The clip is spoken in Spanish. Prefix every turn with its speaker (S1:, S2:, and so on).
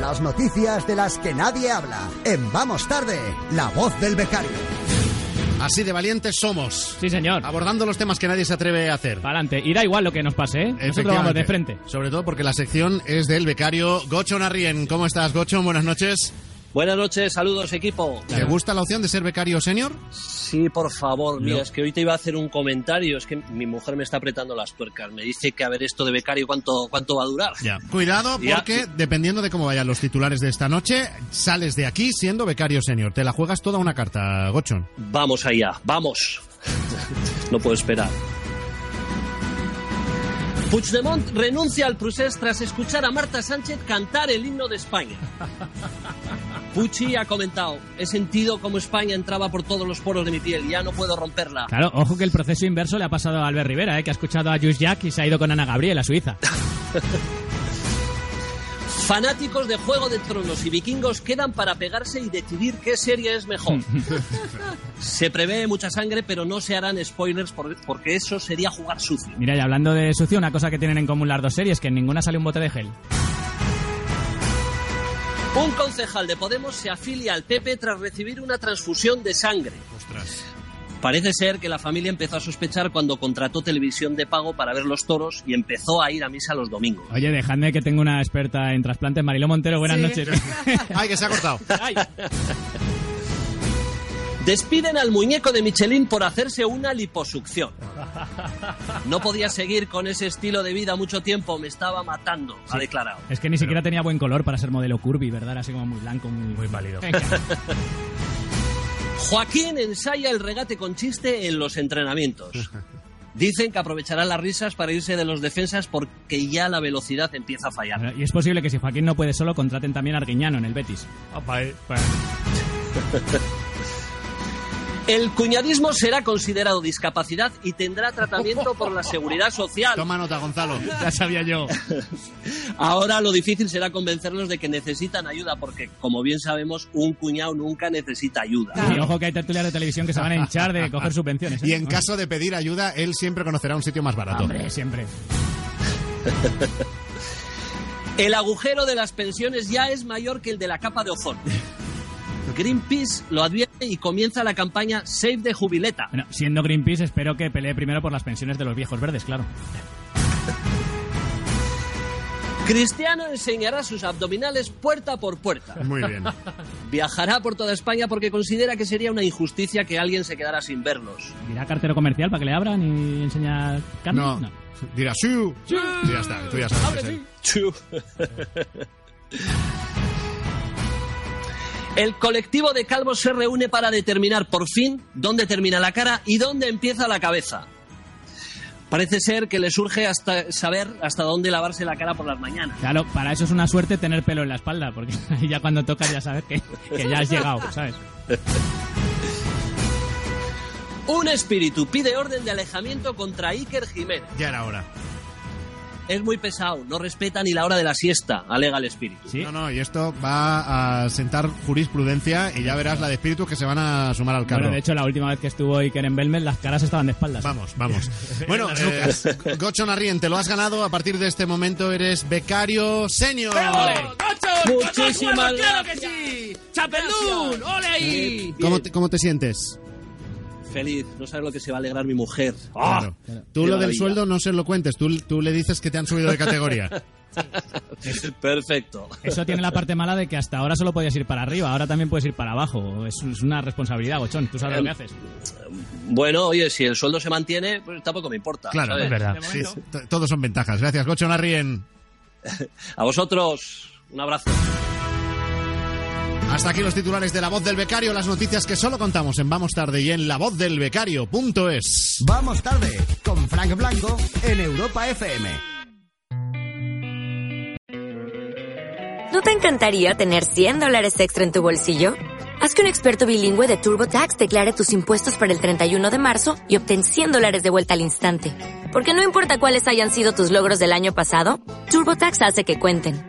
S1: Las noticias de las que nadie habla. En Vamos Tarde, la voz del becario.
S2: Así de valientes somos.
S3: Sí, señor.
S2: Abordando los temas que nadie se atreve a hacer.
S3: Para adelante. Y da igual lo que nos pase, ¿eh? Nosotros vamos
S2: Efectivamente.
S3: de frente.
S2: Sobre todo porque la sección es del becario Gocho Narrien. ¿Cómo estás, Gocho? Buenas noches.
S4: Buenas noches, saludos equipo.
S2: ¿Te gusta la opción de ser becario senior?
S4: Sí, por favor, mira, es que hoy te iba a hacer un comentario, es que mi mujer me está apretando las tuercas, me dice que a ver esto de becario cuánto, cuánto va a durar.
S2: Cuidado
S4: Ya.
S2: porque dependiendo de cómo vayan los titulares de esta noche, sales de aquí siendo becario senior. Te la juegas toda una carta, Gocho.
S4: Vamos allá, vamos. no puedo esperar. Puigdemont renuncia al procés tras escuchar a Marta Sánchez cantar el himno de España. Pucci ha comentado, he sentido como España entraba por todos los poros de mi piel, ya no puedo romperla.
S3: Claro, ojo que el proceso inverso le ha pasado a Albert Rivera, ¿eh? que ha escuchado a Just Jack y se ha ido con Ana Gabriel a Suiza.
S4: Fanáticos de Juego de Tronos y vikingos quedan para pegarse y decidir qué serie es mejor. se prevé mucha sangre, pero no se harán spoilers por- porque eso sería jugar sucio.
S3: Mira, y hablando de sucio, una cosa que tienen en común las dos series, que en ninguna sale un bote de gel.
S4: Un concejal de Podemos se afilia al PP tras recibir una transfusión de sangre.
S2: Ostras.
S4: Parece ser que la familia empezó a sospechar cuando contrató televisión de pago para ver los toros y empezó a ir a misa los domingos.
S3: Oye, dejadme que tengo una experta en trasplantes, Mariló Montero, buenas noches.
S2: Ay, que se ha cortado.
S3: Ay.
S4: Despiden al muñeco de Michelin por hacerse una liposucción. No podía seguir con ese estilo de vida mucho tiempo, me estaba matando, ha declarado.
S3: Es que ni siquiera tenía buen color para ser modelo curvy, ¿verdad? Era Así como muy blanco, muy... Muy pálido.
S4: Joaquín ensaya el regate con chiste en los entrenamientos. Dicen que aprovechará las risas para irse de los defensas porque ya la velocidad empieza a fallar.
S3: Y es posible que si Joaquín no puede solo, contraten también a Arguiñano en el Betis. eh, pues.
S4: El cuñadismo será considerado discapacidad y tendrá tratamiento por la seguridad social.
S2: Toma nota, Gonzalo.
S3: Ya sabía yo.
S4: Ahora lo difícil será convencerlos de que necesitan ayuda porque, como bien sabemos, un cuñado nunca necesita ayuda.
S3: Y ojo que hay tertulias de televisión que se van a hinchar de coger subvenciones. ¿eh?
S2: Y en caso de pedir ayuda, él siempre conocerá un sitio más barato.
S3: Hombre, siempre.
S4: El agujero de las pensiones ya es mayor que el de la capa de ozono. Greenpeace lo advierte y comienza la campaña Save the Jubileta.
S3: Bueno, siendo Greenpeace, espero que pelee primero por las pensiones de los viejos verdes, claro.
S4: Cristiano enseñará sus abdominales puerta por puerta.
S2: Muy bien.
S4: Viajará por toda España porque considera que sería una injusticia que alguien se quedara sin verlos.
S3: ¿Irá cartero comercial para que le abran y enseñar carne?
S2: No. Dirá, sí. Y Ya está, tú ya sabes. ¿eh?
S4: El colectivo de calvos se reúne para determinar por fin dónde termina la cara y dónde empieza la cabeza. Parece ser que le surge hasta saber hasta dónde lavarse la cara por las mañanas.
S3: Claro, para eso es una suerte tener pelo en la espalda, porque ahí ya cuando tocas ya sabes que, que ya has llegado, ¿sabes?
S4: Un espíritu pide orden de alejamiento contra Iker Jiménez.
S2: Ya era hora.
S4: Es muy pesado, no respeta ni la hora de la siesta, alega el espíritu.
S3: Sí.
S2: No, no, y esto va a sentar jurisprudencia y ya verás la de espíritus que se van a sumar al carro.
S3: Bueno, de hecho, la última vez que estuvo Iker en Belmez, las caras estaban de espaldas.
S2: Vamos, vamos. Bueno, eh, Gocho Narrien, te lo has ganado. A partir de este momento eres becario senior.
S4: Muchísimas gracias. Eh,
S2: ¿Cómo te, cómo te sientes?
S4: Feliz, no sabes lo que se va a alegrar mi mujer. ¡Ah!
S2: Claro. Tú
S4: Qué
S2: lo del
S4: maravilla.
S2: sueldo no se lo cuentes, tú, tú le dices que te han subido de categoría.
S4: Perfecto.
S3: Eso tiene la parte mala de que hasta ahora solo podías ir para arriba, ahora también puedes ir para abajo. Es, es una responsabilidad, gochón. Tú sabes lo que haces.
S4: Bueno, oye, si el sueldo se mantiene, pues tampoco me importa.
S2: Claro,
S4: ¿sabes?
S2: es verdad. Sí, sí, t- todos son ventajas. Gracias, Gocho Narrien.
S4: A vosotros, un abrazo.
S2: Hasta aquí los titulares de La Voz del Becario, las noticias que solo contamos en Vamos Tarde y en lavozdelbecario.es.
S1: Vamos Tarde, con Frank Blanco en Europa FM.
S5: ¿No te encantaría tener 100 dólares extra en tu bolsillo? Haz que un experto bilingüe de TurboTax declare tus impuestos para el 31 de marzo y obtén 100 dólares de vuelta al instante. Porque no importa cuáles hayan sido tus logros del año pasado, TurboTax hace que cuenten.